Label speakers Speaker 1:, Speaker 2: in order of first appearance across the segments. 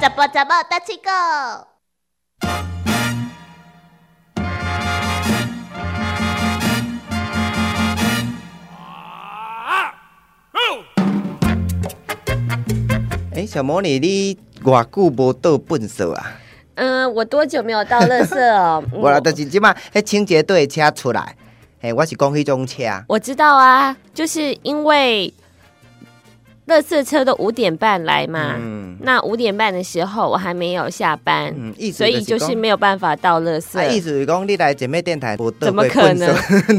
Speaker 1: 怎么怎么大七狗？
Speaker 2: 哎、小魔女，你偌久无倒粪扫啊？
Speaker 3: 嗯，我多久没有倒垃圾 哦？嗯
Speaker 2: 无啦，就是即马迄清洁队的车出来，嘿，我是讲迄种车，
Speaker 3: 我知道啊，就是因为垃圾车都五点半来嘛。
Speaker 2: 嗯，
Speaker 3: 那五点半的时候我还没有下班，
Speaker 2: 嗯意思
Speaker 3: 所以就
Speaker 2: 就
Speaker 3: 是是
Speaker 2: 讲
Speaker 3: 没有办法倒垃圾。
Speaker 2: 啊，意思是讲你来姐妹电台无倒
Speaker 3: 怎么
Speaker 2: 过
Speaker 3: 可
Speaker 2: 粪扫？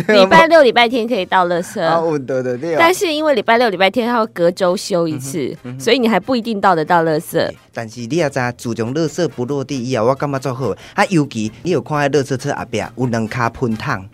Speaker 3: 能？礼拜六、礼拜天可以倒垃圾，
Speaker 2: 啊，有嗯对对对哦。
Speaker 3: 但是因为礼拜六、礼拜天它会隔周休一次，所以你还不一定倒得到垃圾。
Speaker 2: 但是你也知，自从垃圾不落地以后，我感觉足好的。啊，尤其你有看迄垃圾车后壁有两卡喷桶，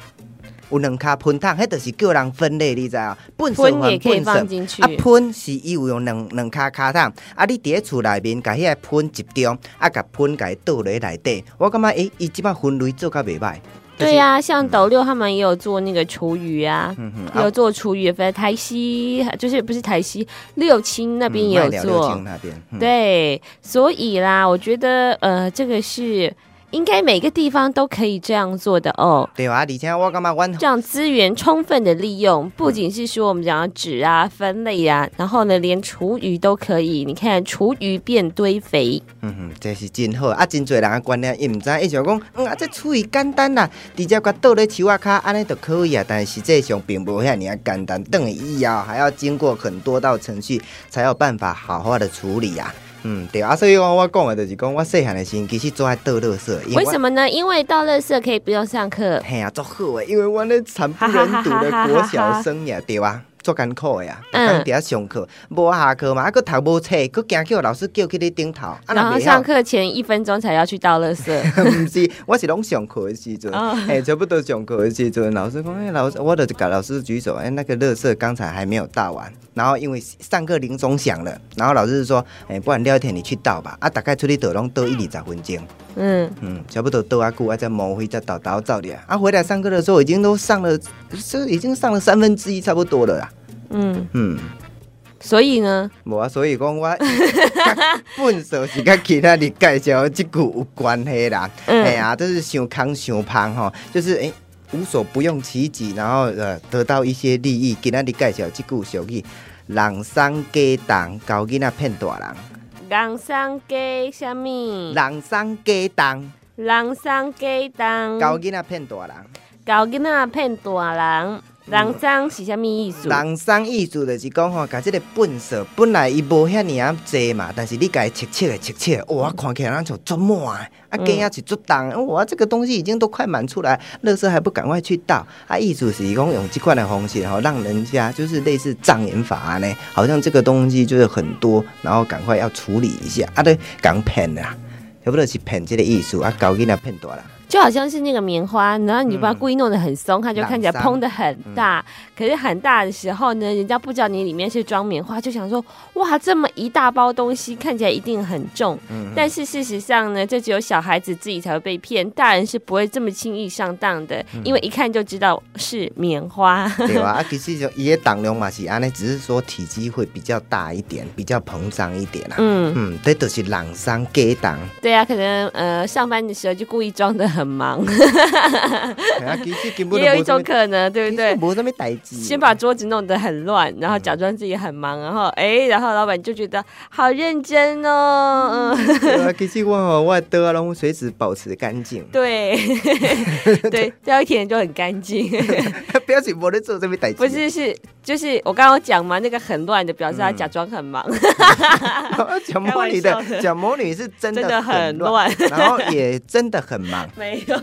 Speaker 2: 有两卡喷桶，迄就是叫人分类，你知啊？粪扫
Speaker 3: 喷也
Speaker 2: 还
Speaker 3: 可以
Speaker 2: 粪扫
Speaker 3: 放。进去
Speaker 2: 啊，，喷是伊有用两两卡卡桶，啊，你伫咧厝内面，甲迄个喷集中，啊，甲喷甲伊倒落去内底，我感觉诶，伊即摆分类做较袂歹。
Speaker 3: 对啊呀、像斗六他们也有做那个厨余啊，
Speaker 2: 嗯哼，
Speaker 3: 也有做厨余，反正台西就是不是台西六轻那
Speaker 2: 那
Speaker 3: 边也有做，
Speaker 2: 那边，嗯，
Speaker 3: 对，所以啦，我觉得呃，这个是应该每个地方都可以这样做的哦。
Speaker 2: 对啊，而且我感觉阮
Speaker 3: 这样资源充分的利用，不仅是说我们讲的纸啊、分类啊，然后呢，连厨余都可以。你看，厨余变堆肥，
Speaker 2: 嗯哼，这是真好啊！真侪人啊观念伊毋知，伊想讲，嗯啊，这处理简单啦，直接甲倒咧树仔骹安尼就可以啊。但是实际上并无遐尔啊简单，等于以后还要经过很多道程序才有办法好好的处理啊。嗯，对啊，所以讲我讲的就是讲，我细汉的时候其实做爱倒垃圾，因
Speaker 3: 为什
Speaker 2: 么？
Speaker 3: 么呢？因为到垃圾可以不用上课。
Speaker 2: 嘿啊，足好诶，因为我咧惨不忍睹的国小生呀，对啊，足艰苦的啊，逐
Speaker 3: 嗯
Speaker 2: 工伫遐上课，无下课嘛，啊，佫读无册，佫惊叫老师叫去你顶头，啊，若
Speaker 3: 然后
Speaker 2: 袂
Speaker 3: 上
Speaker 2: 晓。
Speaker 3: 课前一分钟才要去倒垃圾，
Speaker 2: 毋是，我是拢上课的时阵，
Speaker 3: 哦
Speaker 2: 哎、差不多上课的时阵，老师讲，哎、老师，我就甲老师举手，哎、那个垃圾刚才还没有倒完，然后因为上课铃钟响了，然后老师就说，哎、不然廖天你去倒吧，啊，大概出去倒拢倒一二十分钟，
Speaker 3: 嗯，
Speaker 2: 嗯，差不多倒啊久，啊再摸灰再倒倒倒的，啊，回来上课的时候已经都上了，这已经上了三分之一差不多了啦，
Speaker 3: 嗯，
Speaker 2: 嗯。
Speaker 3: 所以呢，
Speaker 2: 无啊，所以讲我 甲粪扫是甲今仔日介绍的即句有关系啦。
Speaker 3: 嗯
Speaker 2: 哎呀、就是想空想胖吼，就是哎、无所不用其极，然后呃得到一些利益。今仔日介绍即句俗语：人送鸡蛋，交囡仔骗大人；
Speaker 3: 人上给什么？
Speaker 2: 人送鸡蛋，
Speaker 3: 人上给当
Speaker 2: 交囡仔骗大人。
Speaker 3: 搞囡仔骗大人，人上是什么意思？
Speaker 2: 人送意思就是讲吼，甲即个粪扫本来伊无遐尼啊济嘛，但是你甲伊切切的切切的，哇，
Speaker 3: 嗯
Speaker 2: 看起来咱像足满的，啊，鸡啊是足重的，哇，这个东西已经都快满出来，乐色还不赶快去倒？啊，意思是讲用即款的方式吼，让人家就是类似障眼法呢，好像这个东西就是很多，然后赶快要处理一下，啊，对，讲骗啦，差不多是骗即个意思，啊，搞囡仔骗大人。
Speaker 3: 就好像是那个棉花，然后你把它故意弄得很松，它就看起来
Speaker 2: 嗯懒散嗯
Speaker 3: 蓬的很大。可是很大的时候呢，人家不知道你里面是装棉花，就想说哇，这么一大包东西看起来一定很重。
Speaker 2: 嗯
Speaker 3: 但是事实上呢，这只有小孩子自己才会被骗，大人是不会这么轻易上当的，
Speaker 2: 嗯
Speaker 3: 因为一看就知道是棉 花。
Speaker 2: 对啊，啊，其实就伊的重量嘛是安尼，只是说体积会比较大一点，比较膨胀一点啦、啊。
Speaker 3: 嗯，
Speaker 2: 嗯，这就是人生 鸡蛋。
Speaker 3: 对啊，可能呃上班的时候就故意装的很忙，
Speaker 2: 啊，其实根本
Speaker 3: 也有一种可能，对不对？
Speaker 2: 无什么代志。
Speaker 3: 先把桌子弄得很乱，然后假装自己很忙，然后哎，然后老板就觉得好认真哦，嗯，，
Speaker 2: 对啊，其实我吼，我的刀啊拢随时保持干净
Speaker 3: 对，对，这样一舔就很干 净，
Speaker 2: 表示无咧做什么代志。
Speaker 3: 不，是是就是我刚刚讲嘛，那个很乱的表示他假装很忙，
Speaker 2: 啊小魔女
Speaker 3: 啊开玩笑
Speaker 2: 的
Speaker 3: 的
Speaker 2: 小魔女是 真
Speaker 3: 真的
Speaker 2: 的
Speaker 3: 很
Speaker 2: 很乱， 然后也真的很忙。
Speaker 3: 没有，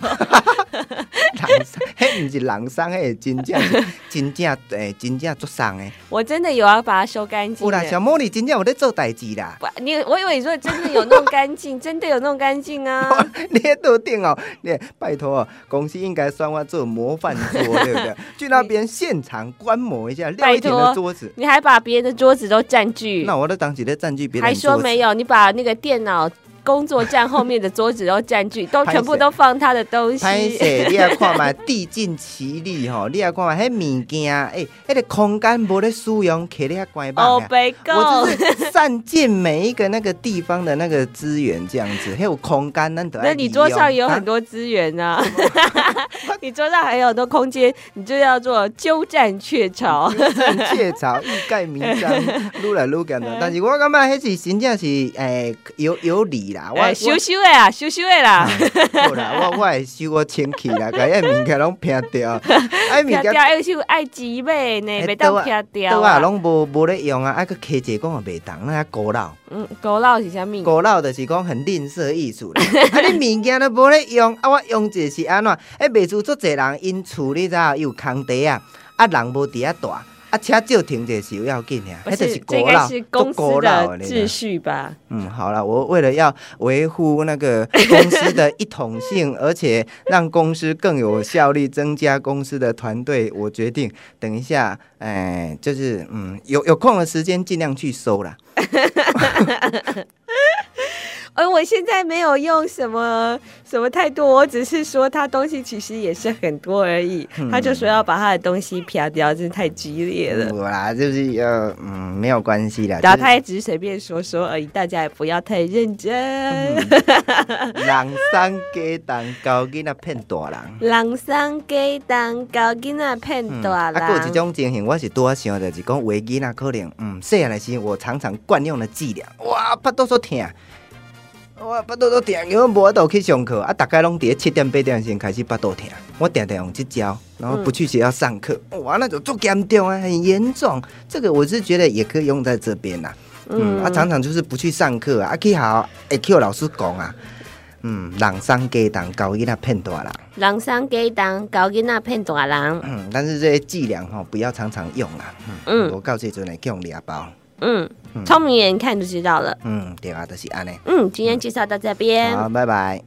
Speaker 2: 人生，迄毋是人生，迄真 正是真正诶，真正做伤诶。
Speaker 3: 我真的有要把它收干净
Speaker 2: 有啦，
Speaker 3: 的。
Speaker 2: 小魔女真正有咧做代志啦。
Speaker 3: 不你我以为你说真的有弄干净， 真的有弄干净啊！
Speaker 2: 你在桌顶哦，你拜托哦，公司应该算我做模范 桌，对不对？去那边现场观摩一下廖一婷
Speaker 3: 拜托
Speaker 2: 的桌子。
Speaker 3: 你还把别人的桌子都占据，
Speaker 2: 那我都当时在占据别人
Speaker 3: 还
Speaker 2: 的桌
Speaker 3: 说
Speaker 2: 子
Speaker 3: 没有，你把那个电脑工作站后面的桌子都占据，都
Speaker 2: 拍
Speaker 3: 全部
Speaker 2: 谁
Speaker 3: 都放他的东西。
Speaker 2: 歹势，你来看嘛，地尽其 力吼，你来看嘛，迄物件，诶、迄个空间无咧使用，摕咧遐关
Speaker 3: 哦
Speaker 2: 棒啊，
Speaker 3: 被告
Speaker 2: 我，就是善尽每一个那个地方的那个资源，这样子，还有空间，咱得要
Speaker 3: 那你桌上
Speaker 2: 利
Speaker 3: 有
Speaker 2: 用
Speaker 3: 很、多资源啊， 你桌上还有很多空间，你就要做鸠占鹊巢。
Speaker 2: 啊、雀巢欲盖弥彰，愈来愈简单。但是我感觉迄是真正是诶、有有理啦，我、
Speaker 3: 哎，
Speaker 2: 我
Speaker 3: 羞羞的啦，羞羞的 啦，
Speaker 2: 好啦，我我会收我清气啦，甲迄物件拢拼掉，哎物
Speaker 3: 撇
Speaker 2: 件
Speaker 3: 掉爱有爱集美呢，
Speaker 2: 哎
Speaker 3: 袂当
Speaker 2: 桌啊
Speaker 3: 撇掉
Speaker 2: 倒啊，
Speaker 3: 啊。
Speaker 2: 拢无无咧用啊，啊个客者讲也袂当，那古老
Speaker 3: 嗯，狗闹是啥物？
Speaker 2: 古老就是讲很吝啬艺术啦。啊，你物件都无咧用，啊我用者是安怎？哎，袂输足侪人因厝你知影有空地啊，啊人无伫遐住，啊车少停者是有要紧呀，
Speaker 3: 不，
Speaker 2: 迄就是是
Speaker 3: 这应
Speaker 2: 古
Speaker 3: 该
Speaker 2: 老，
Speaker 3: 是
Speaker 2: 足
Speaker 3: 公司
Speaker 2: 古老
Speaker 3: 的
Speaker 2: 你知
Speaker 3: 秩
Speaker 2: 道
Speaker 3: 序吧？
Speaker 2: 嗯，好了，我为了要维护那个公司的一统性，而且让公司更有效率，增加公司的团队，我决定等一下，哎、就是嗯，有有空的时间尽量去收啦。
Speaker 3: 而呃我现在没有用什么什么态度，我只是说他东西其实也是很多而已。
Speaker 2: 嗯
Speaker 3: 他就说要把他的东西撇掉，真是太激烈了。
Speaker 2: 嗯我啦，就是要嗯，没有关系啦。
Speaker 3: 然后
Speaker 2: 就是
Speaker 3: 他也只是随便说说而已，大家也不要太认真。
Speaker 2: 嗯人生鸡蛋糕，囡仔骗大人。
Speaker 3: 人生鸡蛋糕，囡仔骗大人。
Speaker 2: 啊，还有一种情形，我是拄啊想着，就是讲为囡仔可能，嗯，细汉的时候我常常惯用的伎俩，哇，巴肚都疼，哇，巴肚都疼，因为无法度去上课，啊，大概拢伫咧七点八点先开始巴肚疼，我常常用这招，然后不去学校上课，哇，那种做严重啊，很严重，这个我是觉得也可以用在这边啦，嗯，啊，常常就是不去上课啊，啊，去好，会去老师讲啊，嗯，人生鸡蛋教囡仔骗大人。
Speaker 3: 人生鸡蛋糕，囡仔骗大人。
Speaker 2: 嗯，但是这些伎俩哈、不要常常用啦。嗯，
Speaker 3: 嗯
Speaker 2: 我告诉阵来用俩包。
Speaker 3: 嗯，聪明人看就知道了。
Speaker 2: 嗯，对啊，就是安尼。
Speaker 3: 嗯，今天介绍到这边。
Speaker 2: 好，拜拜。